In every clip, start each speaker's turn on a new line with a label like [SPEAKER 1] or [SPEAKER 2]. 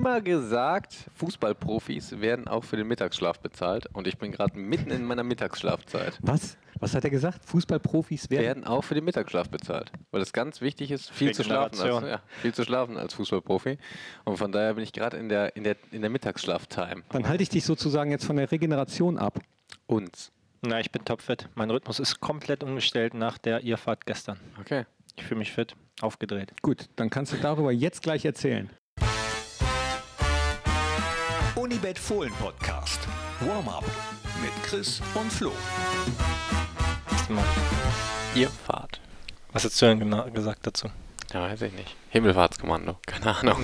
[SPEAKER 1] immer gesagt, Fußballprofis werden auch für den Mittagsschlaf bezahlt. Und ich bin gerade mitten in meiner Mittagsschlafzeit.
[SPEAKER 2] Was? Was hat er gesagt? Fußballprofis werden.
[SPEAKER 1] Werden auch für den Mittagsschlaf bezahlt. Weil es ganz wichtig ist, viel zu schlafen, als,
[SPEAKER 3] Regeneration.
[SPEAKER 1] ja, viel zu schlafen als Fußballprofi. Und von daher bin ich gerade in der, in der, in der Mittagsschlaftime.
[SPEAKER 2] Dann halte ich dich sozusagen jetzt von der Regeneration ab.
[SPEAKER 1] Uns.
[SPEAKER 3] Na, ich bin topfit. Mein Rhythmus ist komplett umgestellt nach der Irrfahrt gestern.
[SPEAKER 1] Okay.
[SPEAKER 3] Ich fühle mich fit, aufgedreht.
[SPEAKER 2] Gut, dann kannst du darüber jetzt gleich erzählen.
[SPEAKER 4] Unibet Fohlen Podcast. Warm-up mit Chris und Flo.
[SPEAKER 1] Ihr fahrt.
[SPEAKER 3] Was hast du denn genau gesagt dazu?
[SPEAKER 1] Ja, weiß ich nicht. Himmelfahrtskommando. Keine Ahnung.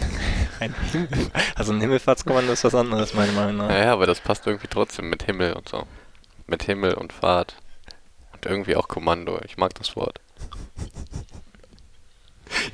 [SPEAKER 3] Ein Himmel- also ein Himmelfahrtskommando ist was anderes, meiner Meinung nach.
[SPEAKER 1] Naja, aber das passt irgendwie trotzdem mit Himmel und so. Mit Himmel und Fahrt. Und irgendwie auch Kommando. Ich mag das Wort.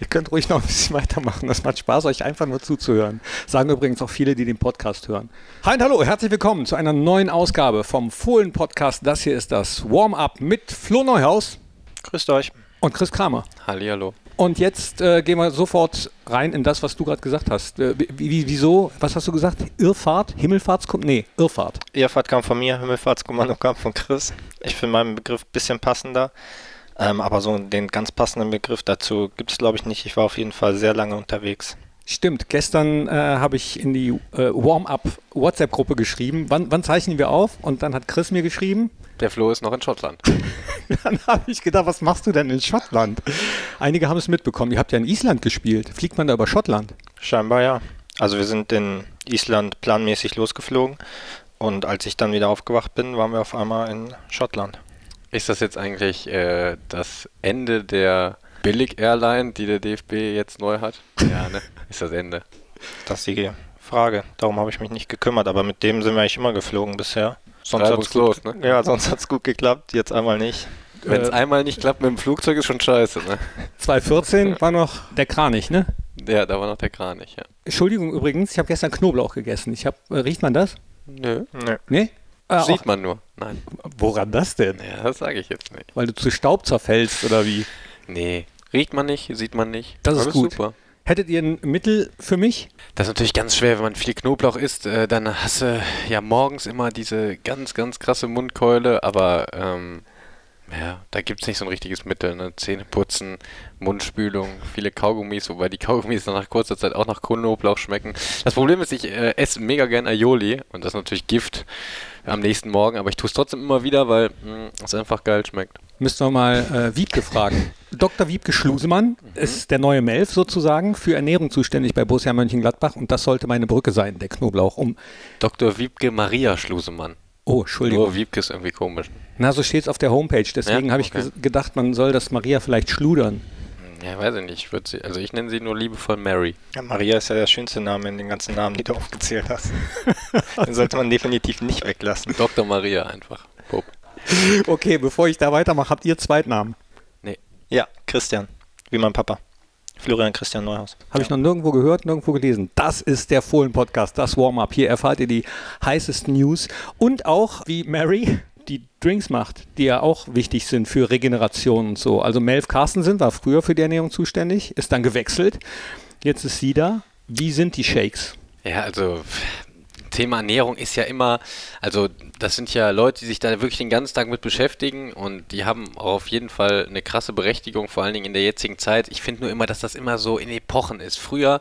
[SPEAKER 2] Ihr könnt ruhig noch ein bisschen weitermachen. Das macht Spaß, euch einfach nur zuzuhören. Sagen übrigens auch viele, die den Podcast hören. Hi und hallo, herzlich willkommen zu einer neuen Ausgabe vom Fohlen-Podcast. Das hier ist das Warm-Up mit Flo Neuhaus
[SPEAKER 3] Grüßt euch.
[SPEAKER 2] und Chris Kramer.
[SPEAKER 1] Hallihallo.
[SPEAKER 2] Und jetzt äh, gehen wir sofort rein in das, was du gerade gesagt hast. Äh, wie, wie, wieso? Was hast du gesagt? Irrfahrt? Himmelfahrtskommt? Nee, Irrfahrt.
[SPEAKER 3] Irrfahrt kam von mir, Himmelfahrtskommando kam von Chris. Ich finde meinen Begriff ein bisschen passender. Ähm, aber so den ganz passenden Begriff dazu gibt es, glaube ich, nicht. Ich war auf jeden Fall sehr lange unterwegs.
[SPEAKER 2] Stimmt, gestern äh, habe ich in die äh, Warm-up-WhatsApp-Gruppe geschrieben, wann, wann zeichnen wir auf? Und dann hat Chris mir geschrieben,
[SPEAKER 1] Der Flo ist noch in Schottland.
[SPEAKER 2] dann habe ich gedacht, was machst du denn in Schottland? Einige haben es mitbekommen, ihr habt ja in Island gespielt, fliegt man da über Schottland?
[SPEAKER 3] Scheinbar ja. Also wir sind in Island planmäßig losgeflogen. Und als ich dann wieder aufgewacht bin, waren wir auf einmal in Schottland.
[SPEAKER 1] Ist das jetzt eigentlich äh, das Ende der Billig-Airline, die der DFB jetzt neu hat? Ja, ne? Ist das Ende.
[SPEAKER 3] Das ist die Frage. Darum habe ich mich nicht gekümmert. Aber mit dem sind wir eigentlich immer geflogen bisher. Sonst hat's gut,
[SPEAKER 1] Reibungslos, ne?
[SPEAKER 3] Ja, sonst hat es gut geklappt. Jetzt einmal nicht.
[SPEAKER 1] Wenn es einmal nicht klappt mit dem Flugzeug, ist schon scheiße, ne?
[SPEAKER 2] 2014 war noch der Kranich, ne?
[SPEAKER 1] Ja, da war noch der Kranich, ja.
[SPEAKER 2] Entschuldigung übrigens, ich habe gestern Knoblauch gegessen. Ich habe, äh, riecht man das?
[SPEAKER 1] Nö.
[SPEAKER 3] Nö.
[SPEAKER 2] Nee? Äh,
[SPEAKER 1] Sieht man nur. Nein.
[SPEAKER 2] auch- woran das denn?
[SPEAKER 1] Ja, das sage ich jetzt nicht.
[SPEAKER 2] Weil du zu Staub zerfällst oder wie?
[SPEAKER 1] Nee. Riecht man nicht, sieht man nicht.
[SPEAKER 2] Das ist
[SPEAKER 1] Alles
[SPEAKER 2] gut.
[SPEAKER 1] super.
[SPEAKER 2] Hättet ihr ein Mittel für mich?
[SPEAKER 1] Das ist natürlich ganz schwer, wenn man viel Knoblauch isst, äh, dann hast du ja morgens immer diese ganz, ganz krasse Mundkeule, aber ähm, ja, da gibt es nicht so ein richtiges Mittel. Ne? Zähne putzen, Mundspülung, viele Kaugummis, wobei die Kaugummis dann nach kurzer Zeit auch nach Knoblauch schmecken. Das Problem ist, ich äh, esse mega gern Aioli und das ist natürlich Gift am nächsten Morgen, aber ich tue es trotzdem immer wieder, weil mh, es einfach geil schmeckt.
[SPEAKER 2] Müssen wir mal äh, Wiebke fragen. Dr. Wiebke Schlusemann ist der neue Melf sozusagen für Ernährung zuständig bei Borussia Mönchengladbach und das sollte meine Brücke sein, der Knoblauch. Um
[SPEAKER 1] Dr. Wiebke Maria Schlusemann.
[SPEAKER 2] oh, Entschuldigung.
[SPEAKER 1] Nur Wiebke ist irgendwie komisch.
[SPEAKER 2] Na, so steht es auf der Homepage. Deswegen
[SPEAKER 1] Ja,
[SPEAKER 2] habe ich
[SPEAKER 1] okay.
[SPEAKER 2] ges- gedacht, man soll das Maria vielleicht schludern.
[SPEAKER 1] Ja, weiß ich nicht. Ich würd sie, also ich nenne sie nur liebevoll Mary.
[SPEAKER 3] Ja, Maria ist ja der schönste Name in den ganzen Namen, die du aufgezählt hast. Den sollte man definitiv nicht weglassen.
[SPEAKER 1] Dr. Maria einfach. Bob.
[SPEAKER 2] Okay, bevor ich da weitermache, habt ihr Zweitnamen?
[SPEAKER 1] Nee.
[SPEAKER 3] Ja, Christian. Wie mein Papa. Florian Christian Neuhaus.
[SPEAKER 2] Habe ich noch nirgendwo gehört, nirgendwo gelesen. Das ist der Fohlen-Podcast, das Warm-Up. Hier erfahrt ihr die heißesten News und auch, wie Mary die Drinks macht, die ja auch wichtig sind für Regeneration und so. Also Melv Carstensen war früher für die Ernährung zuständig, ist dann gewechselt. Jetzt ist sie da. Wie sind die Shakes?
[SPEAKER 1] Ja, also pff, Thema Ernährung ist ja immer, also das sind ja Leute, die sich da wirklich den ganzen Tag mit beschäftigen und die haben auch auf jeden Fall eine krasse Berechtigung, vor allen Dingen in der jetzigen Zeit. Ich finde nur immer, dass das immer so in Epochen ist. Früher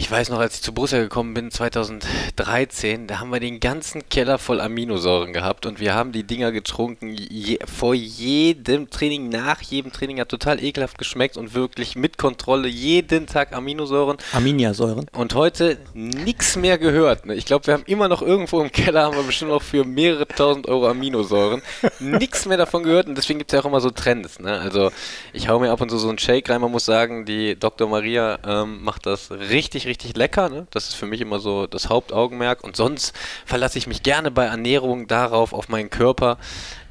[SPEAKER 1] Ich weiß noch, als ich zu Borussia gekommen bin, 2013, da haben wir den ganzen Keller voll Aminosäuren gehabt und wir haben die Dinger getrunken je, vor jedem Training, nach jedem Training, hat total ekelhaft geschmeckt und wirklich mit Kontrolle jeden Tag Aminosäuren
[SPEAKER 2] Aminiasäuren.
[SPEAKER 1] und heute nichts mehr gehört. Ne? Ich glaube, wir haben immer noch irgendwo im Keller, haben wir bestimmt noch für mehrere tausend Euro Aminosäuren, nichts mehr davon gehört und deswegen gibt es ja auch immer so Trends. Ne? Also ich hau mir ab und zu so einen Shake rein, man muss sagen, die Dr. Maria ähm, macht das richtig, richtig lecker. Ne? Das ist für mich immer so das Hauptaugenmerk und sonst verlasse ich mich gerne bei Ernährung darauf, auf meinen Körper,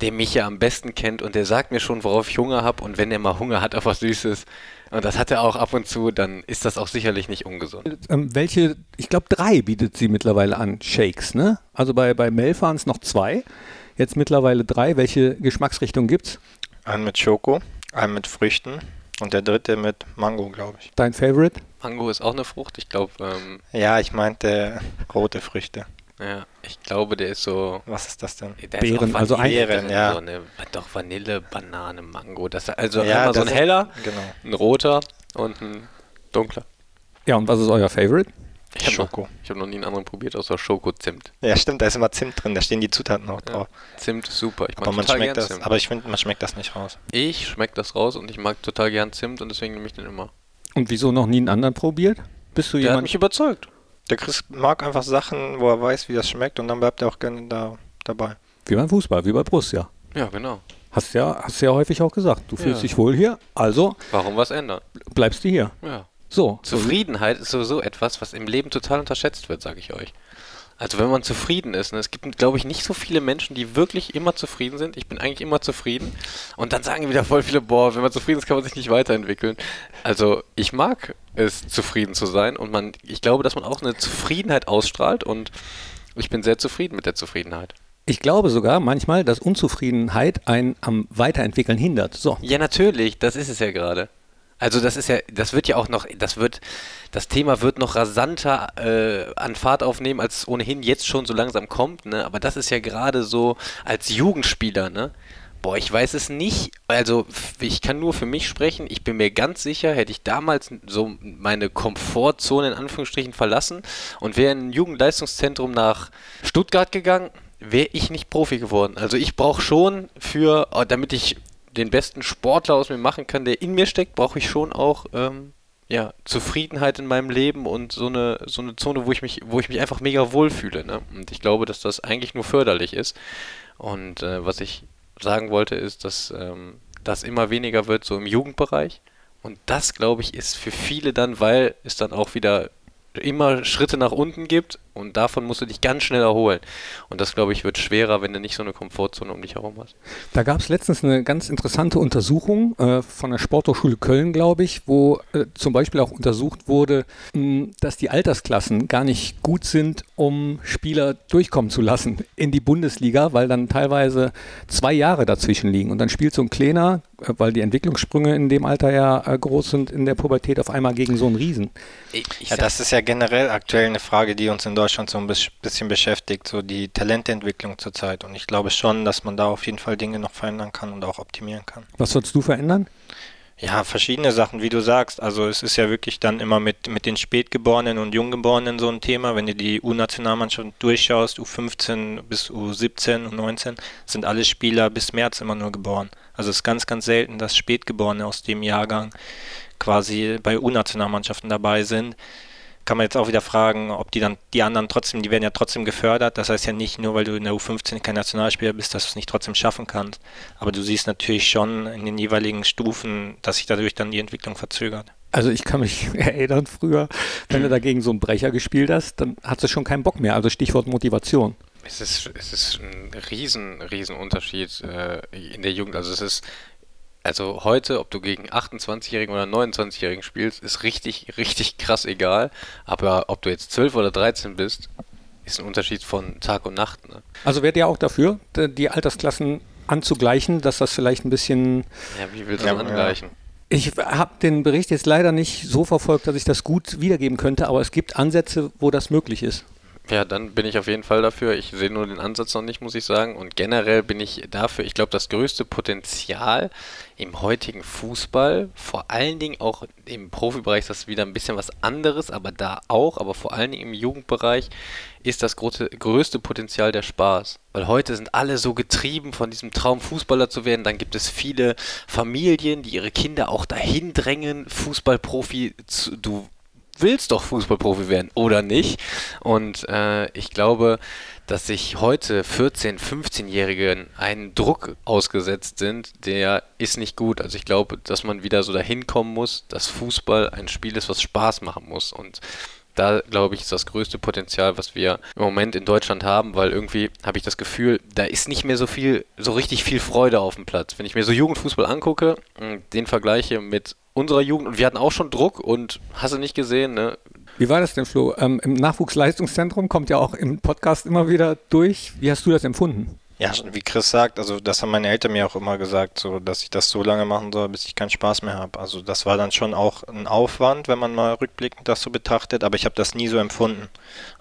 [SPEAKER 1] der mich ja am besten kennt und der sagt mir schon, worauf ich Hunger habe und wenn er mal Hunger hat auf was Süßes, und das hat er auch ab und zu, dann ist das auch sicherlich nicht ungesund.
[SPEAKER 2] Ähm, welche, ich glaube, drei bietet sie mittlerweile an, Shakes, ne? Also bei, bei Melf waren es noch zwei, jetzt mittlerweile drei. Welche Geschmacksrichtung gibt's?
[SPEAKER 3] Einen mit Schoko, einen mit Früchten Und der dritte mit Mango, glaube ich.
[SPEAKER 2] Dein Favorite?
[SPEAKER 1] Mango ist auch eine Frucht. Ich glaube, ähm,
[SPEAKER 3] Ja, ich meinte äh, rote Früchte.
[SPEAKER 1] ja, ich glaube, der ist so.
[SPEAKER 3] Was ist das denn?
[SPEAKER 1] Der ist
[SPEAKER 2] Beeren,
[SPEAKER 1] auch
[SPEAKER 2] also ein-
[SPEAKER 1] Vanille
[SPEAKER 3] Beeren,
[SPEAKER 1] drin,
[SPEAKER 3] ja.
[SPEAKER 1] So eine, doch Vanille, Banane, Mango. Das, also
[SPEAKER 3] Ja,
[SPEAKER 1] einmal so ein
[SPEAKER 3] das ist-
[SPEAKER 1] heller,
[SPEAKER 3] Genau.
[SPEAKER 1] ein roter und ein dunkler.
[SPEAKER 2] Ja, und was ist euer Favorite?
[SPEAKER 1] Ich hab
[SPEAKER 3] Schoko.
[SPEAKER 1] Noch, ich habe noch nie einen anderen probiert, außer Schoko-Zimt.
[SPEAKER 3] Ja, stimmt, da ist immer Zimt drin, da stehen die Zutaten auch drauf.
[SPEAKER 1] Zimt ist super. Ich mag
[SPEAKER 3] Oh. Aber man
[SPEAKER 1] total
[SPEAKER 3] schmeckt
[SPEAKER 1] gern
[SPEAKER 3] das,
[SPEAKER 1] Zimt.
[SPEAKER 3] aber ich finde, man schmeckt das nicht raus.
[SPEAKER 1] ich schmecke das raus und ich mag total gern Zimt und deswegen nehme ich den immer.
[SPEAKER 2] Und wieso noch nie einen anderen probiert? Bist du
[SPEAKER 1] Der hat
[SPEAKER 2] jemand?
[SPEAKER 1] mich überzeugt.
[SPEAKER 3] Der Chris mag einfach Sachen, wo er weiß, wie das schmeckt und dann bleibt er auch gerne da dabei.
[SPEAKER 2] Wie beim Fußball, wie bei Borussia.
[SPEAKER 1] Ja, genau.
[SPEAKER 2] Hast ja, hast ja häufig auch gesagt, du fühlst dich wohl hier, also
[SPEAKER 1] Warum was ändern?
[SPEAKER 2] bleibst du hier.
[SPEAKER 1] Ja.
[SPEAKER 2] So,
[SPEAKER 1] Zufriedenheit ist sowieso etwas, was im Leben total unterschätzt wird, sage ich euch. Also wenn man zufrieden ist, ne, es gibt, glaube ich, nicht so viele Menschen, die wirklich immer zufrieden sind. Ich bin eigentlich immer zufrieden. Und dann sagen wieder voll viele, boah, wenn man zufrieden ist, kann man sich nicht weiterentwickeln. Also ich mag es, zufrieden zu sein. Und man, ich glaube, dass man auch eine Zufriedenheit ausstrahlt. Und ich bin sehr zufrieden mit der Zufriedenheit.
[SPEAKER 2] ich glaube sogar manchmal, dass Unzufriedenheit einen am Weiterentwickeln hindert. So,
[SPEAKER 1] Ja, natürlich, das ist es ja gerade. Also das ist ja, das wird ja auch noch, das wird, das Thema wird noch rasanter äh, an Fahrt aufnehmen, als es ohnehin jetzt schon so langsam kommt, ne? Aber das ist ja gerade so als Jugendspieler, ne? Boah, ich weiß es nicht. Also f- ich kann nur für mich sprechen. Ich bin mir ganz sicher, hätte ich damals so meine Komfortzone in Anführungsstrichen verlassen und wäre in ein Jugendleistungszentrum nach Stuttgart gegangen, wäre ich nicht Profi geworden. Also ich brauche schon für, oh, damit ich den besten Sportler aus mir machen kann, der in mir steckt, brauche ich schon auch ähm, ja, Zufriedenheit in meinem Leben und so eine, so eine Zone, wo ich mich, wo ich mich einfach mega wohl fühle. Ne? Und ich glaube, dass das eigentlich nur förderlich ist. Und äh, was ich sagen wollte, ist, dass ähm, das immer weniger wird, so im Jugendbereich. Und das, glaube ich, ist für viele dann, weil es dann auch wieder immer Schritte nach unten gibt und davon musst du dich ganz schnell erholen. Und das, glaube ich, wird schwerer, wenn du nicht so eine Komfortzone um dich herum hast.
[SPEAKER 2] Da gab es letztens eine ganz interessante Untersuchung äh, von der Sporthochschule Köln, glaube ich, wo äh, zum Beispiel auch untersucht wurde, mh, dass die Altersklassen gar nicht gut sind, um Spieler durchkommen zu lassen in die Bundesliga, weil dann teilweise zwei Jahre dazwischen liegen. Und dann spielt so ein Kleiner, äh, weil die Entwicklungssprünge in dem Alter ja äh, groß sind, in der Pubertät auf einmal gegen so einen Riesen.
[SPEAKER 1] Ich, ich
[SPEAKER 3] Ja,
[SPEAKER 1] sag-
[SPEAKER 3] das ist ja generell aktuell eine Frage, die uns in Deutschland so ein bis- bisschen beschäftigt, so die Talententwicklung zurzeit. Und ich glaube schon, dass man da auf jeden Fall Dinge noch verändern kann und auch optimieren kann.
[SPEAKER 2] Was sollst du verändern?
[SPEAKER 3] Ja, verschiedene Sachen, wie du sagst. Also es ist ja wirklich dann immer mit, mit den Spätgeborenen und Junggeborenen so ein Thema. Wenn du die U-Nationalmannschaft durchschaust, U15 bis U17 und 19, sind alle Spieler bis März immer nur geboren. Also es ist ganz, ganz selten, dass Spätgeborene aus dem Jahrgang quasi bei U-Nationalmannschaften dabei sind. Kann man jetzt auch wieder fragen, ob die dann, die anderen trotzdem, die werden ja trotzdem gefördert. Das heißt ja nicht nur, weil du in der U15 kein Nationalspieler bist, dass du es nicht trotzdem schaffen kannst. Aber du siehst natürlich schon in den jeweiligen Stufen, dass sich dadurch dann die Entwicklung verzögert.
[SPEAKER 2] Also ich kann mich erinnern früher, wenn du dagegen so einen Brecher gespielt hast, dann hattest du schon keinen Bock mehr. Also Stichwort Motivation.
[SPEAKER 1] Es ist, es ist ein riesen, riesen Unterschied äh, in der Jugend. Also es ist, also heute, ob du gegen 28-Jährigen oder 29-Jährigen spielst, ist richtig, richtig krass egal. Aber ob du jetzt 12 oder 13 bist, ist ein Unterschied von Tag und Nacht. Ne?
[SPEAKER 2] Also wärt ihr auch dafür, d- die Altersklassen anzugleichen, dass das vielleicht ein bisschen...
[SPEAKER 1] Ja, wie willst du
[SPEAKER 3] Ja,
[SPEAKER 1] das
[SPEAKER 3] ja.
[SPEAKER 1] angleichen?
[SPEAKER 2] Ich habe den Bericht jetzt leider nicht so verfolgt, dass ich das gut wiedergeben könnte, aber es gibt Ansätze, wo das möglich ist.
[SPEAKER 1] Ja, dann bin ich auf jeden Fall dafür. Ich sehe nur den Ansatz noch nicht, muss ich sagen. Und generell bin ich dafür. Ich glaube, das größte Potenzial im heutigen Fußball, vor allen Dingen auch im Profibereich, ist das wieder ein bisschen was anderes, aber da auch, aber vor allen Dingen im Jugendbereich, ist das große, größte Potenzial der Spaß. Weil heute sind alle so getrieben von diesem Traum, Fußballer zu werden. Dann gibt es viele Familien, die ihre Kinder auch dahin drängen, Fußballprofi zu. Du willst doch Fußballprofi werden oder nicht. Und äh, ich glaube, dass sich heute 14-, 15-Jährigen einen Druck ausgesetzt sind, der ist nicht gut. Also ich glaube, dass man wieder so dahin kommen muss, dass Fußball ein Spiel ist, was Spaß machen muss. Und da, glaube ich, ist das größte Potenzial, was wir im Moment in Deutschland haben, weil irgendwie habe ich das Gefühl, da ist nicht mehr so viel, so richtig viel Freude auf dem Platz. Wenn ich mir so Jugendfußball angucke, mh, den vergleiche mit unserer Jugend, und wir hatten auch schon Druck und hast du nicht gesehen, ne?
[SPEAKER 2] Wie war das denn, Flo? Ähm, Im Nachwuchsleistungszentrum kommt ja auch im Podcast immer wieder durch. Wie hast du das empfunden?
[SPEAKER 3] Ja, wie Chris sagt, also das haben meine Eltern mir auch immer gesagt, so dass ich das so lange machen soll, bis ich keinen Spaß mehr habe. Also das war dann schon auch ein Aufwand, wenn man mal rückblickend das so betrachtet, aber ich habe das nie so empfunden.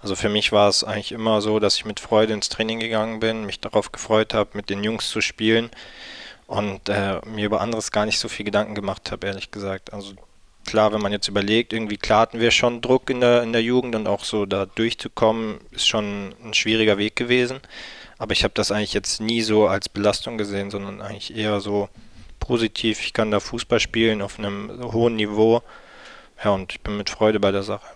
[SPEAKER 3] Also für mich war es eigentlich immer so, dass ich mit Freude ins Training gegangen bin, mich darauf gefreut habe, mit den Jungs zu spielen und äh, mir über anderes gar nicht so viel Gedanken gemacht habe, ehrlich gesagt. Also klar, wenn man jetzt überlegt, irgendwie klar hatten wir schon Druck in der, in der Jugend und auch so da durchzukommen, ist schon ein schwieriger Weg gewesen. Aber ich habe das eigentlich jetzt nie so als Belastung gesehen, sondern eigentlich eher so positiv. Ich kann da Fußball spielen auf einem hohen Niveau. Ja, und ich bin mit Freude bei der Sache.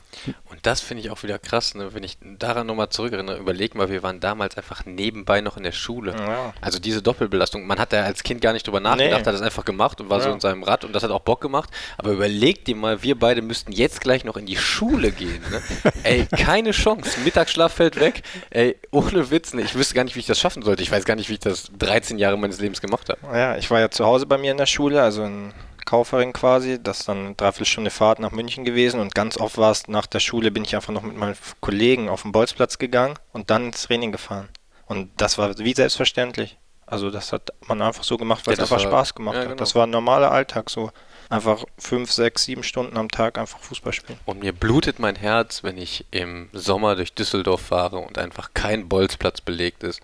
[SPEAKER 1] Und das finde ich auch wieder krass, ne? wenn ich daran nochmal zurückerinnere. Überleg mal, wir waren damals einfach nebenbei noch in der Schule.
[SPEAKER 3] Ja.
[SPEAKER 1] Also diese Doppelbelastung, man hat da als Kind gar nicht drüber nachgedacht,
[SPEAKER 3] Nee.
[SPEAKER 1] hat es einfach gemacht und war so
[SPEAKER 3] Ja.
[SPEAKER 1] in seinem Rad und das hat auch Bock gemacht. Aber überleg dir mal, wir beide müssten jetzt gleich noch in die Schule gehen. Ne? Ey, keine Chance. Mittagsschlaf fällt weg. Ey, ohne Witz. Ne? Ich wüsste gar nicht, wie ich das schaffen sollte. Ich weiß gar nicht, wie ich das 13 Jahre meines Lebens gemacht habe.
[SPEAKER 3] Ja, ich war ja zu Hause bei mir in der Schule, also in Kaufering quasi. Das ist dann eine Dreiviertelstunde Fahrt nach München gewesen und ganz oft war es nach der Schule, bin ich einfach noch mit meinen Kollegen auf den Bolzplatz gegangen und dann ins Training gefahren. Und das war wie selbstverständlich. Also das hat man einfach so gemacht, weil
[SPEAKER 1] Ja,
[SPEAKER 3] es
[SPEAKER 1] das
[SPEAKER 3] einfach
[SPEAKER 1] war-
[SPEAKER 3] Spaß gemacht
[SPEAKER 1] ja,
[SPEAKER 3] hat.
[SPEAKER 1] genau.
[SPEAKER 3] Das war ein normaler Alltag so. Einfach fünf, sechs, sieben Stunden am Tag einfach Fußball spielen.
[SPEAKER 1] Und mir blutet mein Herz, wenn ich im Sommer durch Düsseldorf fahre und einfach kein Bolzplatz belegt ist.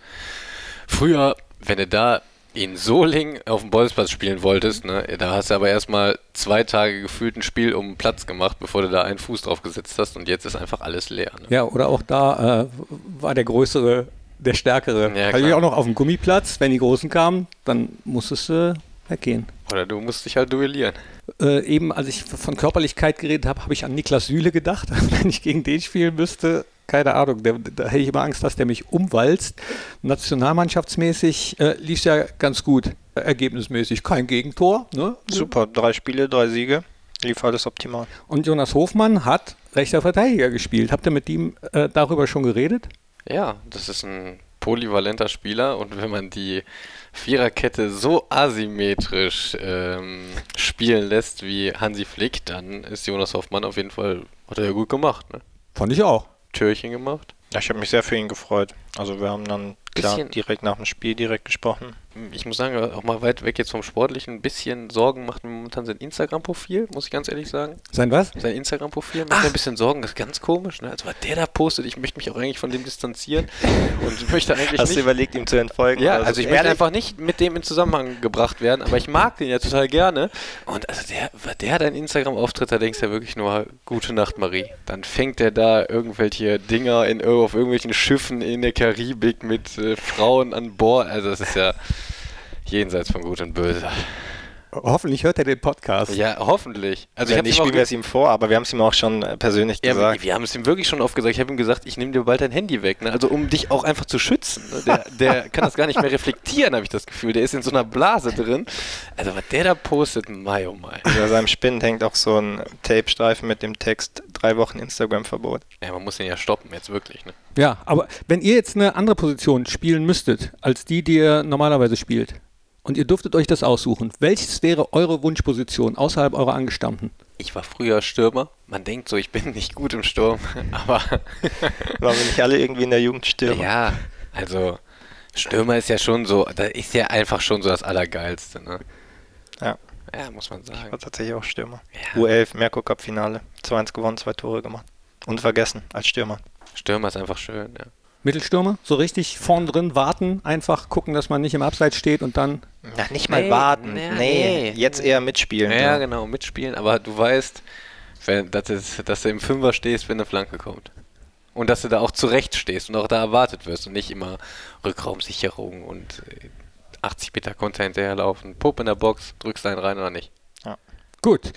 [SPEAKER 1] Früher, wenn du da in Solingen auf dem Bolzplatz spielen wolltest, ne, da hast du aber erstmal zwei Tage gefühlt ein Spiel um den Platz gemacht, bevor du da einen Fuß drauf gesetzt hast und jetzt ist einfach alles leer. Ne?
[SPEAKER 2] Ja, oder auch da äh, war der größere, der stärkere.
[SPEAKER 1] Ja,
[SPEAKER 2] Hatte ich
[SPEAKER 1] klar.
[SPEAKER 2] auch noch auf dem Gummiplatz, wenn die Großen kamen, dann musstest du weggehen.
[SPEAKER 1] Oder du musst dich halt duellieren.
[SPEAKER 2] Äh, eben, als ich von Körperlichkeit geredet habe, habe ich an Niklas Süle gedacht, wenn ich gegen den spielen müsste. Keine Ahnung, der, da hätte ich immer Angst, dass der mich umwalzt. Nationalmannschaftsmäßig äh, lief es ja ganz gut, äh, ergebnismäßig. Kein Gegentor. Ne?
[SPEAKER 3] Super, drei Spiele, drei Siege. Lief alles optimal.
[SPEAKER 2] Und Jonas Hofmann hat rechter Verteidiger gespielt. Habt ihr mit ihm äh, darüber schon geredet?
[SPEAKER 1] Ja, das ist ein polyvalenter Spieler und wenn man die Viererkette so asymmetrisch ähm, spielen lässt wie Hansi Flick, dann ist Jonas Hoffmann auf jeden Fall, hat er ja gut gemacht, ne?
[SPEAKER 2] Fand ich auch.
[SPEAKER 1] Türchen gemacht.
[SPEAKER 3] Ja, ich habe mich sehr für ihn gefreut. Also wir haben dann klar
[SPEAKER 1] Bisschen-
[SPEAKER 3] direkt nach dem Spiel direkt gesprochen.
[SPEAKER 1] Ich muss sagen, auch mal weit weg jetzt vom Sportlichen, ein bisschen Sorgen macht mir momentan sein Instagram-Profil, muss ich ganz ehrlich sagen.
[SPEAKER 2] Sein was?
[SPEAKER 1] Sein Instagram-Profil macht mir ein bisschen Sorgen, das ist ganz komisch, ne? Also was der da postet, ich möchte mich auch eigentlich von dem distanzieren und möchte eigentlich
[SPEAKER 3] Hast
[SPEAKER 1] nicht...
[SPEAKER 3] du überlegt, ihm zu entfolgen?
[SPEAKER 1] Ja,
[SPEAKER 3] oder so?
[SPEAKER 1] also ich möchte einfach nicht mit dem in Zusammenhang gebracht werden, aber ich mag den ja total gerne. Und also der, wenn der dein Instagram-Auftritt, da denkst du ja wirklich nur, gute Nacht, Marie. Dann fängt er da irgendwelche Dinger in, ir- auf irgendwelchen Schiffen in der Karibik mit äh, Frauen an Bord. Also das ist ja jenseits von Gut und Böse.
[SPEAKER 2] Hoffentlich hört er den Podcast.
[SPEAKER 1] Ja, hoffentlich. Also
[SPEAKER 3] Wenn
[SPEAKER 1] ich habe
[SPEAKER 3] nicht,
[SPEAKER 1] ihm auch
[SPEAKER 3] spielen wir
[SPEAKER 1] ge-
[SPEAKER 3] es ihm vor, aber wir haben es ihm auch schon äh, persönlich
[SPEAKER 1] ja, wir,
[SPEAKER 3] gesagt.
[SPEAKER 1] wir haben es ihm wirklich schon oft gesagt. Ich habe ihm gesagt, ich nehme dir bald dein Handy weg. Ne? Also um dich auch einfach zu schützen. Ne? Der, der kann das gar nicht mehr reflektieren, habe ich das Gefühl. Der ist in so einer Blase drin. Also was der da postet, mai oh mai.
[SPEAKER 3] Über Also seinem Spind hängt auch so ein Tape-Streifen mit dem Text drei Wochen Instagram-Verbot.
[SPEAKER 1] Ja, man muss den ja stoppen jetzt wirklich. Ne?
[SPEAKER 2] Ja, aber wenn ihr jetzt eine andere Position spielen müsstet, als die, die ihr normalerweise spielt, und ihr dürftet euch das aussuchen, welches wäre eure Wunschposition außerhalb eurer Angestammten?
[SPEAKER 1] Ich war früher Stürmer. Man denkt so, ich bin nicht gut im Sturm. Aber
[SPEAKER 3] Waren wir nicht alle irgendwie in der Jugend stirben?
[SPEAKER 1] ja, also Stürmer ist ja schon so, da ist ja einfach schon so das Allergeilste. Ne?
[SPEAKER 3] Ja.
[SPEAKER 1] Ja, muss man sagen.
[SPEAKER 3] War tatsächlich auch Stürmer.
[SPEAKER 1] Ja.
[SPEAKER 3] U11, Merkur Cup-Finale. 2-1 gewonnen, zwei Tore gemacht. Unvergessen, als Stürmer.
[SPEAKER 1] Stürmer ist einfach schön, ja.
[SPEAKER 2] Mittelstürmer? So richtig vorn drin warten, einfach gucken, dass man nicht im Abseits steht und dann.
[SPEAKER 3] Na, nicht mal
[SPEAKER 1] Nee,
[SPEAKER 3] warten.
[SPEAKER 1] nee, nee.
[SPEAKER 3] Nee, jetzt eher mitspielen.
[SPEAKER 1] Ja,
[SPEAKER 3] genau.
[SPEAKER 1] genau, mitspielen, aber du weißt, wenn, dass, es, dass du im Fünfer stehst, wenn eine Flanke kommt. Und dass du da auch zurecht stehst und auch da erwartet wirst und nicht immer Rückraumsicherung und äh, 80 Meter Konter hinterherlaufen, Pop in der Box, drückst einen rein oder nicht.
[SPEAKER 2] Gut.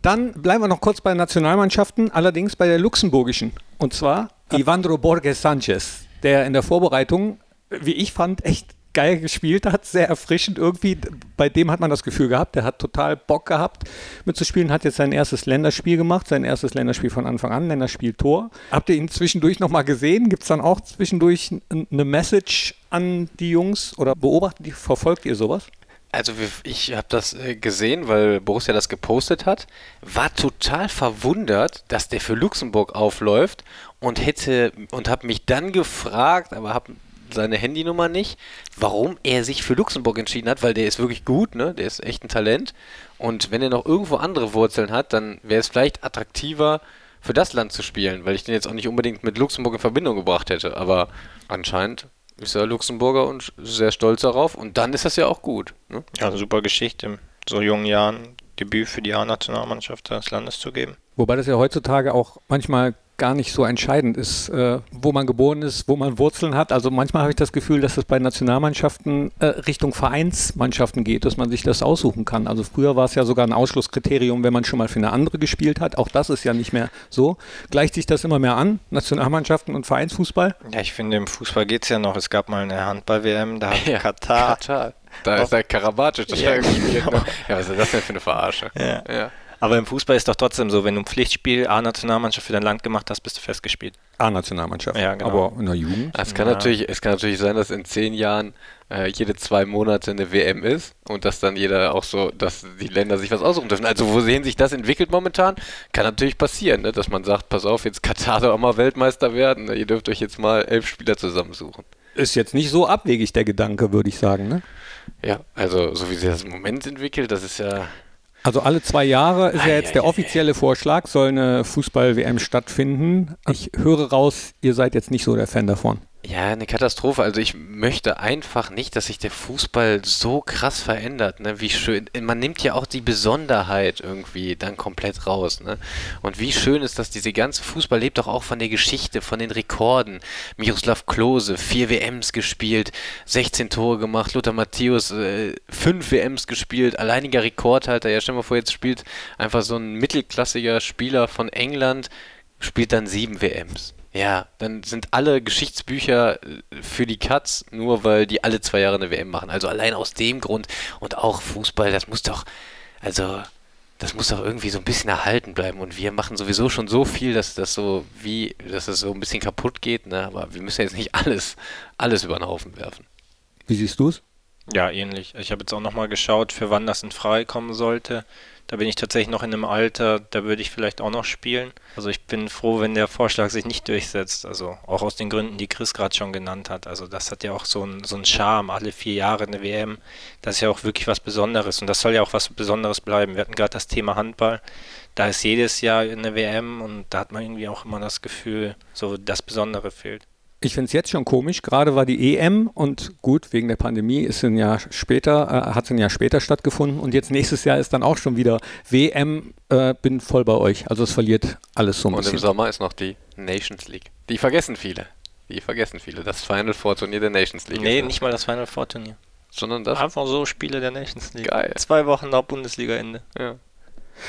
[SPEAKER 2] Dann bleiben wir noch kurz bei Nationalmannschaften, allerdings bei der luxemburgischen. Und zwar Ivandro Borges Sanchez, der in der Vorbereitung, wie ich fand, echt geil gespielt hat, sehr erfrischend irgendwie. Bei dem hat man das Gefühl gehabt, der hat total Bock gehabt mitzuspielen, hat jetzt sein erstes Länderspiel gemacht, sein erstes Länderspiel von Anfang an, Länderspieltor. Habt ihr ihn zwischendurch nochmal gesehen? Gibt es dann auch zwischendurch n- eine Message an die Jungs oder beobachtet ihr, verfolgt ihr sowas?
[SPEAKER 1] Also wir- ich habe das äh, gesehen, weil Borussia das gepostet hat, war total verwundert, dass der für Luxemburg aufläuft und hätte und habe mich dann gefragt, aber habe seine Handynummer nicht, warum er sich für Luxemburg entschieden hat, weil der ist wirklich gut, ne? Der ist echt ein Talent. Und wenn er noch irgendwo andere Wurzeln hat, dann wäre es vielleicht attraktiver, für das Land zu spielen, weil ich den jetzt auch nicht unbedingt mit Luxemburg in Verbindung gebracht hätte. Aber anscheinend ist er Luxemburger und sehr stolz darauf. Und dann ist das ja auch gut. Ne?
[SPEAKER 3] Ja, super Geschichte, in so jungen Jahren Debüt für die A-Nationalmannschaft seines Landes zu geben.
[SPEAKER 2] Wobei das ja heutzutage auch manchmal gar nicht so entscheidend ist, äh, wo man geboren ist, wo man Wurzeln hat. Also manchmal habe ich das Gefühl, dass es bei Nationalmannschaften äh, Richtung Vereinsmannschaften geht, dass man sich das aussuchen kann. Also früher war es ja sogar ein Ausschlusskriterium, wenn man schon mal für eine andere gespielt hat. Auch das ist ja nicht mehr so. Gleicht sich das immer mehr an, Nationalmannschaften und Vereinsfußball?
[SPEAKER 3] Ja, ich finde, im Fußball geht es ja noch. Es gab mal eine Handball-WM, da hat
[SPEAKER 1] Ja,
[SPEAKER 3] Katar.
[SPEAKER 1] Katar. Da ist der Karabatic
[SPEAKER 3] Ja, genau.
[SPEAKER 1] total gespielt. Ne? Ja, was ist das denn für eine Verarsche?
[SPEAKER 3] Ja.
[SPEAKER 1] ja.
[SPEAKER 3] Aber im Fußball ist doch trotzdem so, wenn du ein Pflichtspiel A-Nationalmannschaft für dein Land gemacht hast, bist du festgespielt.
[SPEAKER 2] A-Nationalmannschaft.
[SPEAKER 3] Ja, genau.
[SPEAKER 2] Aber in der Jugend.
[SPEAKER 1] Es kann, natürlich, es kann natürlich sein, dass in zehn Jahren äh, jede zwei Monate eine WM ist und dass dann jeder auch so, dass die Länder sich was aussuchen dürfen. Also wohin sich das entwickelt momentan, kann natürlich passieren, ne? dass man sagt, pass auf, jetzt Katar soll auch mal Weltmeister werden. Ne? Ihr dürft euch jetzt mal elf Spieler zusammensuchen.
[SPEAKER 2] Ist jetzt nicht so abwegig der Gedanke, würde ich sagen. Ne?
[SPEAKER 1] Ja, also so wie sich das im Moment entwickelt, das ist ja...
[SPEAKER 2] Also alle zwei Jahre ist ja jetzt der offizielle Vorschlag, soll eine Fußball-WM stattfinden. Ich höre raus, ihr seid jetzt nicht so der Fan davon.
[SPEAKER 1] Ja, eine Katastrophe. Also ich möchte einfach nicht, dass sich der Fußball so krass verändert. Ne? Wie schön. Man nimmt ja auch die Besonderheit irgendwie dann komplett raus. Ne? Und wie schön ist das, diese ganze Fußball lebt doch auch von der Geschichte, von den Rekorden. Miroslav Klose, vier WMs gespielt, 16 Tore gemacht, Lothar Matthäus, äh, fünf WMs gespielt, alleiniger Rekordhalter. Ja, stell mal vor, jetzt spielt einfach so ein mittelklassiger Spieler von England spielt dann sieben WMs. Ja, dann sind alle Geschichtsbücher äh, für die Katz, nur weil die alle zwei Jahre eine WM machen. Also allein aus dem Grund und auch Fußball, das muss doch, also das muss doch irgendwie so ein bisschen erhalten bleiben. Und wir machen sowieso schon so viel, dass das so wie, dass das so ein bisschen kaputt geht, ne? Aber wir müssen jetzt nicht alles, alles über den Haufen werfen.
[SPEAKER 2] Wie siehst du es?
[SPEAKER 3] Ja, ähnlich. Ich habe jetzt auch nochmal geschaut, für wann das in Frage kommen sollte. Da bin ich tatsächlich noch in einem Alter, da würde ich vielleicht auch noch spielen. Also ich bin froh, wenn der Vorschlag sich nicht durchsetzt. Also auch aus den Gründen, die Chris gerade schon genannt hat. Also das hat ja auch so einen so einen Charme, alle vier Jahre eine WM. Das ist ja auch wirklich was Besonderes und das soll ja auch was Besonderes bleiben. Wir hatten gerade das Thema Handball. Da ist jedes Jahr eine WM und da hat man irgendwie auch immer das Gefühl, so das Besondere fehlt.
[SPEAKER 2] Ich finde es jetzt schon komisch. Gerade war die EM und gut, wegen der Pandemie ist ein Jahr später, äh, hat es ein Jahr später stattgefunden und jetzt nächstes Jahr ist dann auch schon wieder WM. Äh, bin voll bei euch. Also es verliert alles so ein
[SPEAKER 1] Und im
[SPEAKER 2] bisschen.
[SPEAKER 1] Sommer ist noch die Nations League. Die vergessen viele. Die vergessen viele. Das Final Four Turnier der Nations League.
[SPEAKER 3] Nee,
[SPEAKER 1] ist das.
[SPEAKER 3] nicht Ah, mal das Final Four Turnier.
[SPEAKER 1] Sondern das.
[SPEAKER 3] Einfach so Spiele der Nations League.
[SPEAKER 1] Geil.
[SPEAKER 3] Zwei Wochen nach Bundesliga-Ende.
[SPEAKER 1] Ja.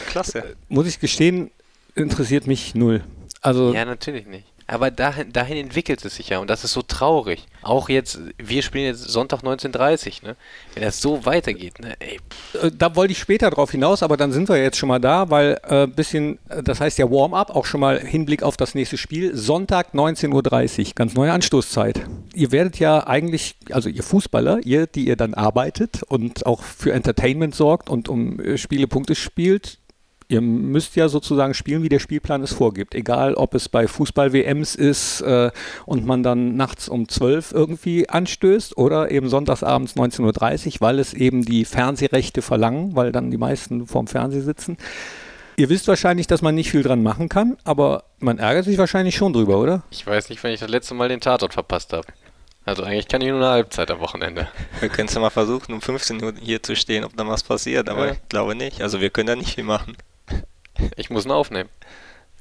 [SPEAKER 3] Klasse.
[SPEAKER 2] Muss ich gestehen, interessiert mich null. Also
[SPEAKER 1] Ja, natürlich nicht. Aber dahin, dahin entwickelt es sich ja und das ist so traurig. Auch jetzt, wir spielen jetzt Sonntag 19.30 ne? Wenn das so weitergeht, ne? Ey, pff,
[SPEAKER 2] äh, da wollte ich später drauf hinaus, aber dann sind wir jetzt schon mal da, weil äh, bisschen, äh, das heißt ja Warm-up, auch schon mal Hinblick auf das nächste Spiel. Sonntag 19.30 Uhr, ganz neue Anstoßzeit. Ihr werdet ja eigentlich, also ihr Fußballer, ihr, die ihr dann arbeitet und auch für Entertainment sorgt und um äh, Spiele Punkte spielt, Ihr müsst ja sozusagen spielen, wie der Spielplan es vorgibt. Egal, ob es bei Fußball-WMs ist äh, und man dann nachts um 12 irgendwie anstößt oder eben sonntagsabends 19.30 Uhr, weil es eben die Fernsehrechte verlangen, weil dann die meisten vorm Fernseher sitzen. Ihr wisst wahrscheinlich, dass man nicht viel dran machen kann, aber man ärgert sich wahrscheinlich schon drüber, oder?
[SPEAKER 1] ich weiß nicht, wenn ich das letzte Mal den Tatort verpasst habe. Also eigentlich kann ich nur eine Halbzeit am Wochenende.
[SPEAKER 3] Wir können es ja mal versuchen, um 15 Uhr hier zu stehen, ob da was passiert, aber
[SPEAKER 1] Ja.
[SPEAKER 3] ich glaube nicht. Also wir können da nicht viel machen.
[SPEAKER 1] Ich muss ihn aufnehmen.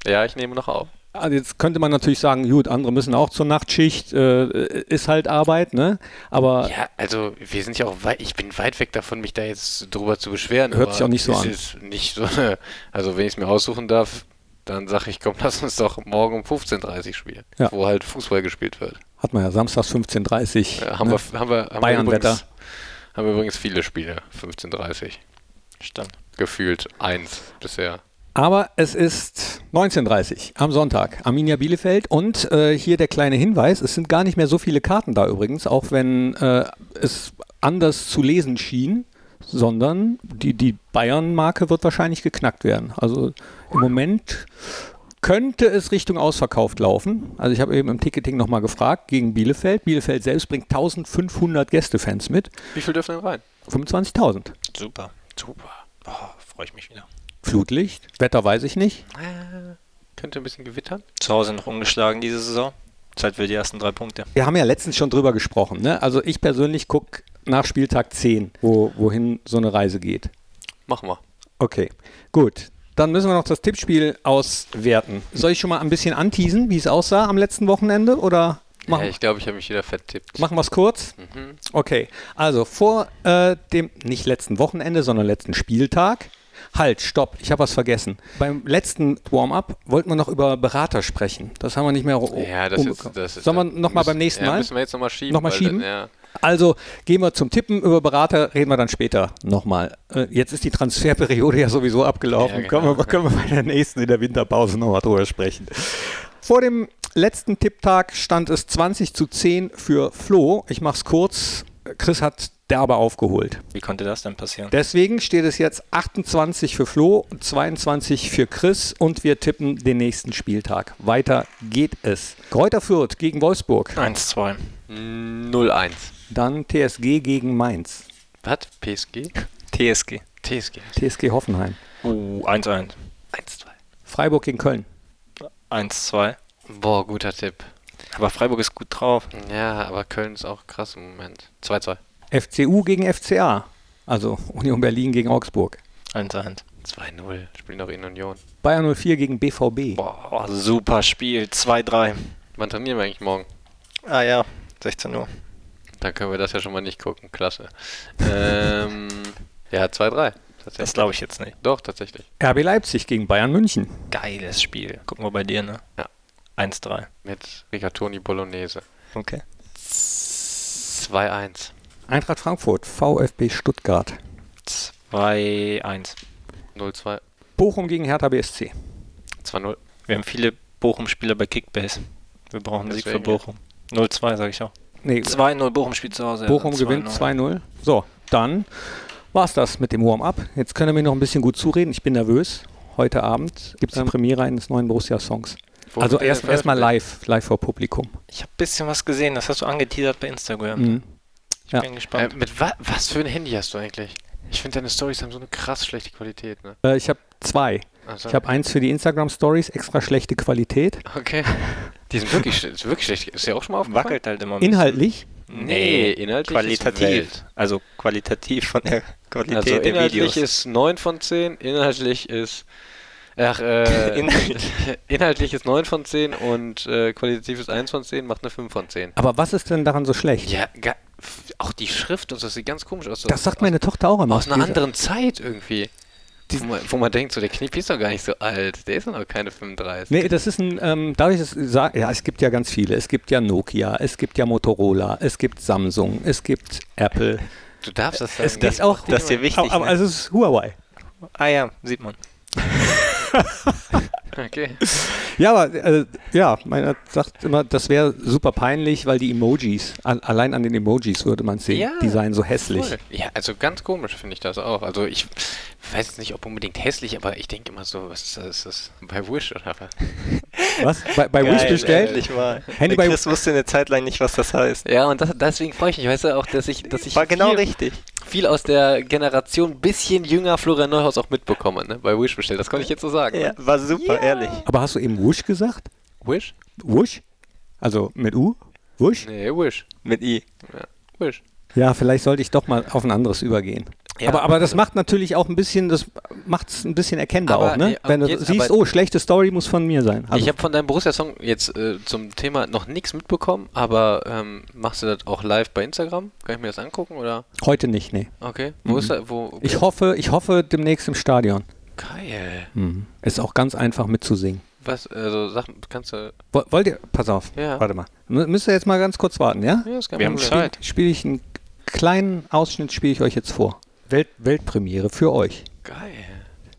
[SPEAKER 1] Ja, ich nehme noch auf.
[SPEAKER 2] Also jetzt könnte man natürlich sagen, gut, andere müssen auch zur Nachtschicht, äh, ist halt Arbeit, ne? Aber
[SPEAKER 1] Ja, also wir sind ja auch weit, ich bin weit weg davon, mich da jetzt drüber zu beschweren.
[SPEAKER 2] Hört
[SPEAKER 1] aber
[SPEAKER 2] sich auch nicht so
[SPEAKER 1] es
[SPEAKER 2] an.
[SPEAKER 1] Ist nicht so eine, also wenn ich es mir aussuchen darf, dann sage ich, komm, lass uns doch morgen um 15.30 Uhr spielen,
[SPEAKER 2] Ja.
[SPEAKER 1] wo halt Fußball gespielt wird.
[SPEAKER 2] hat man ja samstags 15.30 Uhr.
[SPEAKER 1] Ja, Äh, haben,
[SPEAKER 2] ne?
[SPEAKER 1] wir, haben wir, haben wir
[SPEAKER 2] Bayern-Wetter.
[SPEAKER 1] übrigens, haben wir übrigens viele Spiele, 15:30
[SPEAKER 3] Stimmt.
[SPEAKER 1] gefühlt eins bisher.
[SPEAKER 2] Aber es ist 19.30 am Sonntag, Arminia Bielefeld. Und äh, hier der kleine Hinweis, es sind gar nicht mehr so viele Karten da übrigens, auch wenn äh, es anders zu lesen schien, sondern die, die Bayern-Marke wird wahrscheinlich geknackt werden. Also im Moment könnte es Richtung ausverkauft laufen. Also ich habe eben im Ticketing nochmal gefragt gegen Bielefeld. Bielefeld selbst bringt 1500 Gästefans mit.
[SPEAKER 1] Wie viel dürfen denn rein?
[SPEAKER 2] 25.000.
[SPEAKER 3] Super. Super. Oh, freue ich mich wieder.
[SPEAKER 2] Flutlicht, Wetter weiß ich nicht.
[SPEAKER 1] Könnte ein bisschen gewittern.
[SPEAKER 3] Zu Hause noch ungeschlagen diese Saison. Zeit für die ersten drei Punkte.
[SPEAKER 2] Wir haben ja letztens schon drüber gesprochen. Ne? Also ich persönlich gucke nach Spieltag 10, wo, wohin so eine Reise geht.
[SPEAKER 1] Machen wir.
[SPEAKER 2] Okay, gut. Dann müssen wir noch das Tippspiel auswerten. Soll ich schon mal ein bisschen anteasen, wie es aussah am letzten Wochenende? Oder
[SPEAKER 1] Ja,
[SPEAKER 2] machen,
[SPEAKER 1] ich Mhm. glaube, ich habe mich wieder vertippt.
[SPEAKER 2] machen wir es kurz? Okay, also vor äh, dem nicht letzten Wochenende, sondern letzten Spieltag. Halt, stopp, ich habe was vergessen. Beim letzten Warm-up wollten wir noch über Berater sprechen. Das haben wir nicht mehr um-
[SPEAKER 1] Ja, das ist, das ist.
[SPEAKER 2] Oh, Sollen wir
[SPEAKER 1] ja,
[SPEAKER 2] nochmal beim
[SPEAKER 1] müssen-
[SPEAKER 2] nächsten
[SPEAKER 1] ja,
[SPEAKER 2] Mal?
[SPEAKER 1] Müssen wir jetzt nochmal schieben.
[SPEAKER 2] Nochmal
[SPEAKER 1] weil
[SPEAKER 2] schieben?
[SPEAKER 1] Dann, ja.
[SPEAKER 2] Also gehen wir zum Tippen. Über Berater reden wir dann später nochmal. Äh, jetzt ist die Transferperiode ja sowieso abgelaufen.
[SPEAKER 1] Ja,
[SPEAKER 2] können, wir, können wir bei der nächsten in der Winterpause nochmal drüber sprechen. Vor dem letzten Tipptag stand es 20 zu 10 für Flo. Ich mach's kurz. Chris hat derbe aufgeholt.
[SPEAKER 3] Wie konnte das denn passieren?
[SPEAKER 2] Deswegen steht es jetzt 28 für Flo, 22 für Chris und wir tippen den nächsten Spieltag. Weiter geht es. Kräuter Fürth gegen Wolfsburg,
[SPEAKER 3] 1-2.
[SPEAKER 1] 0-1.
[SPEAKER 2] dann TSG gegen Mainz,
[SPEAKER 1] Was? PSG?
[SPEAKER 3] TSG.
[SPEAKER 1] TSG.
[SPEAKER 2] TSG Hoffenheim,
[SPEAKER 3] Uh, 1-1.
[SPEAKER 1] 1-2.
[SPEAKER 2] Freiburg gegen Köln.
[SPEAKER 3] 1-2.
[SPEAKER 1] Boah, guter Tipp.
[SPEAKER 3] Aber Freiburg ist gut drauf.
[SPEAKER 1] Ja, aber Köln ist auch krass im Moment. 2-2.
[SPEAKER 2] FCU gegen FCA, also Union Berlin gegen Augsburg.
[SPEAKER 3] 1-1.
[SPEAKER 1] 2-0. Spielen noch in Union.
[SPEAKER 2] Bayern 04 gegen BVB.
[SPEAKER 3] Boah, super Spiel. 2-3.
[SPEAKER 1] Wann trainieren wir eigentlich morgen?
[SPEAKER 3] Ah ja, 16 Uhr.
[SPEAKER 1] Dann können wir das ja schon mal nicht gucken. Klasse. ähm, ja, 2-3.
[SPEAKER 3] Das
[SPEAKER 1] Tatsächlich.
[SPEAKER 3] glaube ich jetzt nicht.
[SPEAKER 1] Doch, tatsächlich.
[SPEAKER 2] RB Leipzig gegen Bayern München.
[SPEAKER 3] Geiles Spiel. Gucken wir bei dir, ne?
[SPEAKER 1] Ja.
[SPEAKER 3] 1-3.
[SPEAKER 1] Mit Rigatoni Bolognese.
[SPEAKER 3] Okay.
[SPEAKER 1] 2-1.
[SPEAKER 2] Eintracht Frankfurt, VfB Stuttgart.
[SPEAKER 3] 2-1.
[SPEAKER 1] 0-2.
[SPEAKER 2] Bochum gegen Hertha BSC.
[SPEAKER 1] 2-0.
[SPEAKER 3] Wir haben viele Bochum-Spieler bei Kickbase. Wir brauchen einen Sieg für
[SPEAKER 1] Deswegen.
[SPEAKER 3] Bochum. 0-2, sage ich auch.
[SPEAKER 2] Nee,
[SPEAKER 3] 2-0, Bochum spielt zu Hause.
[SPEAKER 1] äh,
[SPEAKER 2] Bochum gewinnt 2-0. So, dann war's das mit dem Warm-up. Jetzt könnt ihr mir noch ein bisschen gut zureden. Ich bin nervös. Heute Abend gibt es die Premiere eines neuen Borussia-Songs.
[SPEAKER 1] Ähm. Wo
[SPEAKER 2] also
[SPEAKER 1] wird der
[SPEAKER 2] erst
[SPEAKER 1] denn
[SPEAKER 2] erstmal live, live vor Publikum.
[SPEAKER 3] Ich habe ein bisschen was gesehen, das hast du angeteasert bei Instagram.
[SPEAKER 2] Mhm.
[SPEAKER 3] Ich
[SPEAKER 2] Ja.
[SPEAKER 3] bin
[SPEAKER 1] Äh,
[SPEAKER 3] gespannt.
[SPEAKER 1] mit wa was für ein Handy hast du eigentlich? Ich finde, deine Stories haben so eine krass schlechte Qualität, ne?
[SPEAKER 2] Äh, ich habe zwei.
[SPEAKER 1] Also,
[SPEAKER 2] Ich habe eins für die Instagram-Stories, extra schlechte Qualität.
[SPEAKER 1] Okay. Die sind wirklich, schle- ist wirklich schlecht. Ist dir auch schon mal aufgefallen?
[SPEAKER 3] Wackelt halt immer ein bisschen.
[SPEAKER 2] Inhaltlich
[SPEAKER 1] Nee, inhaltlich
[SPEAKER 3] Qualitativ.
[SPEAKER 1] ist Welt.
[SPEAKER 3] Also qualitativ von der Qualität
[SPEAKER 1] Also
[SPEAKER 3] der
[SPEAKER 1] inhaltlich
[SPEAKER 3] Videos.
[SPEAKER 1] ist 9 von 10, inhaltlich ist. Ach, äh,
[SPEAKER 3] Inhaltlich.
[SPEAKER 1] inhaltlich ist 9 von 10 und äh, qualitativ ist 1 von 10, macht eine 5 von 10.
[SPEAKER 2] Aber was ist denn daran so schlecht?
[SPEAKER 1] Ja, ga- f- auch die Schrift und so, das sieht ganz komisch aus.
[SPEAKER 2] Das sagt meine Tochter auch immer.
[SPEAKER 1] aus einer
[SPEAKER 2] Diese-
[SPEAKER 1] anderen Zeit irgendwie. Wo man, wo man denkt, so der Knippi ist doch gar nicht so alt. Der ist doch noch keine 35.
[SPEAKER 2] Nee, das ist ein, ähm, darf ich das sagen? Ja, es gibt ja ganz viele. Es gibt ja Nokia, es gibt ja Motorola, es gibt Samsung, es gibt Apple.
[SPEAKER 1] Du darfst das sagen.
[SPEAKER 2] Es gibt auch,
[SPEAKER 3] Das ist dir wichtig.
[SPEAKER 2] aber
[SPEAKER 3] ne?
[SPEAKER 2] es ist Huawei.
[SPEAKER 3] Ah ja, sieht man.
[SPEAKER 1] Okay.
[SPEAKER 2] Ja, aber äh, ja, meiner sagt immer, das wäre super peinlich, weil die Emojis, an, allein an den Emojis würde man sehen,
[SPEAKER 1] Ja,
[SPEAKER 2] die seien so hässlich.
[SPEAKER 1] Voll. Ja, also ganz komisch finde ich das auch. Also ich weiß jetzt nicht, ob unbedingt hässlich, aber ich denke immer so, was ist das? Ist das bei Wish oder was?
[SPEAKER 2] Was? Bei, bei Wish bestellt?
[SPEAKER 3] Endlich mal.
[SPEAKER 2] Handy
[SPEAKER 3] Handy
[SPEAKER 2] bei-
[SPEAKER 3] Chris wusste eine Zeit lang nicht, was das heißt.
[SPEAKER 1] Ja, und das, deswegen freue ich mich, weißt du, auch, dass ich, dass ich
[SPEAKER 3] War genau
[SPEAKER 1] viel,
[SPEAKER 3] richtig.
[SPEAKER 1] viel aus der Generation bisschen jünger Florian Neuhaus auch mitbekomme, ne? Bei Wish bestellt. Das konnte ich jetzt so sagen.
[SPEAKER 3] Ja,
[SPEAKER 1] ne?
[SPEAKER 3] war super, ehrlich.
[SPEAKER 2] Aber hast du eben Wusch gesagt?
[SPEAKER 1] Wish?
[SPEAKER 2] Wusch? Also mit U? Wusch?
[SPEAKER 1] Nee, Wish.
[SPEAKER 3] Mit I.
[SPEAKER 1] Ja, Wish.
[SPEAKER 2] Ja, vielleicht sollte ich doch mal auf ein anderes übergehen.
[SPEAKER 1] Ja,
[SPEAKER 2] aber, aber das macht natürlich auch ein bisschen, das macht es ein bisschen erkennbar
[SPEAKER 1] Aber,
[SPEAKER 2] auch, ne?
[SPEAKER 1] nee, aber
[SPEAKER 2] Wenn du
[SPEAKER 1] jetzt-
[SPEAKER 2] siehst,
[SPEAKER 1] aber-
[SPEAKER 2] oh, schlechte Story muss von mir sein. Also,
[SPEAKER 1] ich habe von deinem Borussia-Song jetzt äh, zum Thema noch nichts mitbekommen, aber ähm, machst du das auch live bei Instagram? Kann ich mir das angucken oder?
[SPEAKER 2] heute nicht, nee.
[SPEAKER 1] Okay. Wo ist da? Wo?
[SPEAKER 2] Ich hoffe, ich hoffe demnächst im Stadion.
[SPEAKER 1] Geil.
[SPEAKER 2] Ist auch ganz einfach mitzusingen.
[SPEAKER 1] Was, also sag, kannst du.
[SPEAKER 2] Wo- Wollt ihr, pass auf,
[SPEAKER 1] Ja.
[SPEAKER 2] warte mal. M- Müsst ihr jetzt mal ganz kurz warten, ja?
[SPEAKER 1] Ja, ist kein
[SPEAKER 3] Wir haben
[SPEAKER 1] Problem.
[SPEAKER 3] Zeit.
[SPEAKER 2] Spiele ich einen kleinen Ausschnitt, spiele ich euch jetzt vor. Welt Weltpremiere für euch.
[SPEAKER 1] Geil.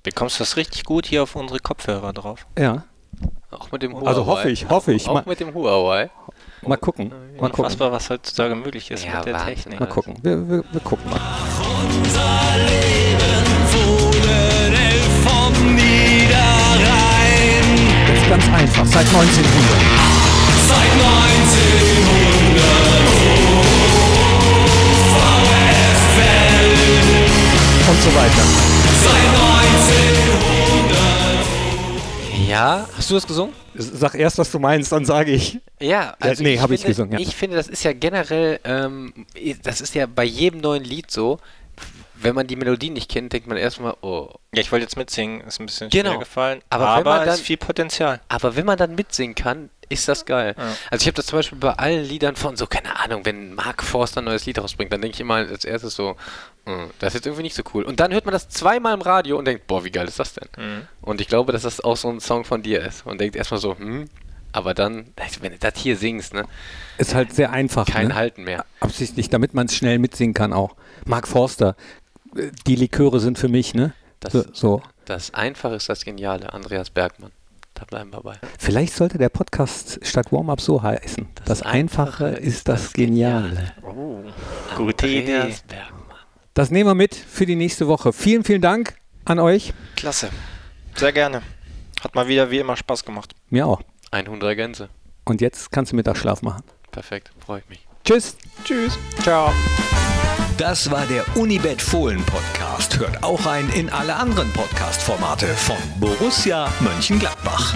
[SPEAKER 3] Bekommst du das richtig gut hier auf unsere Kopfhörer drauf?
[SPEAKER 2] Ja,
[SPEAKER 1] Auch mit dem Huawei.
[SPEAKER 2] also hoffe ich, hoffe ich.
[SPEAKER 1] Oh, Auch
[SPEAKER 2] Mal,
[SPEAKER 1] mit Ah, dem Huawei.
[SPEAKER 2] mal gucken, mal gucken,
[SPEAKER 3] Unfassbar, was heutzutage möglich ist
[SPEAKER 1] Ja,
[SPEAKER 3] mit der
[SPEAKER 1] Wahnsinn.
[SPEAKER 3] Technik.
[SPEAKER 2] mal gucken. Wir, wir, wir gucken mal.
[SPEAKER 5] Fohlen, elf vom Niederrhein.
[SPEAKER 2] Ganz, ganz einfach. Seit 19 Uhr.
[SPEAKER 5] Seit 1900 VfL,
[SPEAKER 2] Und so weiter.
[SPEAKER 5] seit 1900
[SPEAKER 1] Ja, hast du das gesungen?
[SPEAKER 2] Sag erst, was du meinst, dann sage ich.
[SPEAKER 1] Ja, also
[SPEAKER 2] nee, hab ich
[SPEAKER 1] finde-
[SPEAKER 2] gesungen, ja.
[SPEAKER 1] Ich finde, das ist ja generell, ähm, das ist ja bei jedem neuen Lied so, wenn man die Melodie nicht kennt, denkt man erstmal, oh.
[SPEAKER 3] Ja, ich wollte jetzt mitsingen, ist ein bisschen
[SPEAKER 1] Genau.
[SPEAKER 3] schwer gefallen.
[SPEAKER 1] Aber
[SPEAKER 3] Aber,
[SPEAKER 1] wenn man
[SPEAKER 3] es
[SPEAKER 1] dann-
[SPEAKER 3] ist viel Potenzial.
[SPEAKER 1] Aber wenn man dann mitsingen kann, ist das geil. Also ich habe das zum Beispiel bei allen Liedern von so, keine Ahnung, wenn Mark Forster ein neues Lied rausbringt, dann denke ich immer als erstes so, "Hm, das ist jetzt irgendwie nicht so cool. Und dann hört man das zweimal im Radio und denkt, boah, wie geil ist das denn? Und ich glaube, dass das auch so ein Song von dir ist. Und denkt erstmal so, hm, aber dann, also wenn du das hier singst, ne,
[SPEAKER 2] Ist halt sehr einfach.
[SPEAKER 1] kein
[SPEAKER 2] ne?
[SPEAKER 1] Halten mehr.
[SPEAKER 2] Absichtlich, damit man es schnell mitsingen kann auch. Mark Forster, äh, die Liköre sind für mich, ne?
[SPEAKER 1] Das-
[SPEAKER 2] so, so.
[SPEAKER 1] Das Einfache ist das Geniale, Andreas Bergmann. Da bleiben wir bei.
[SPEAKER 2] Vielleicht sollte der Podcast statt Warm-Up so heißen. Das, Einfache ist das, Geniale.
[SPEAKER 3] Gute Idee.
[SPEAKER 1] Andreas Bergmann.
[SPEAKER 2] Das nehmen wir mit für die nächste Woche. Vielen, vielen Dank an euch.
[SPEAKER 3] Klasse. Sehr gerne. Hat mal wieder wie immer Spaß gemacht.
[SPEAKER 2] Mir auch.
[SPEAKER 1] 100er Gänse.
[SPEAKER 2] Und jetzt kannst du Mittagsschlaf machen.
[SPEAKER 1] Perfekt, freue ich mich.
[SPEAKER 2] Tschüss.
[SPEAKER 3] Tschüss. Ciao.
[SPEAKER 4] Das war der Unibet Fohlen Podcast. Hört auch rein in alle anderen Podcast-Formate von Borussia Mönchengladbach.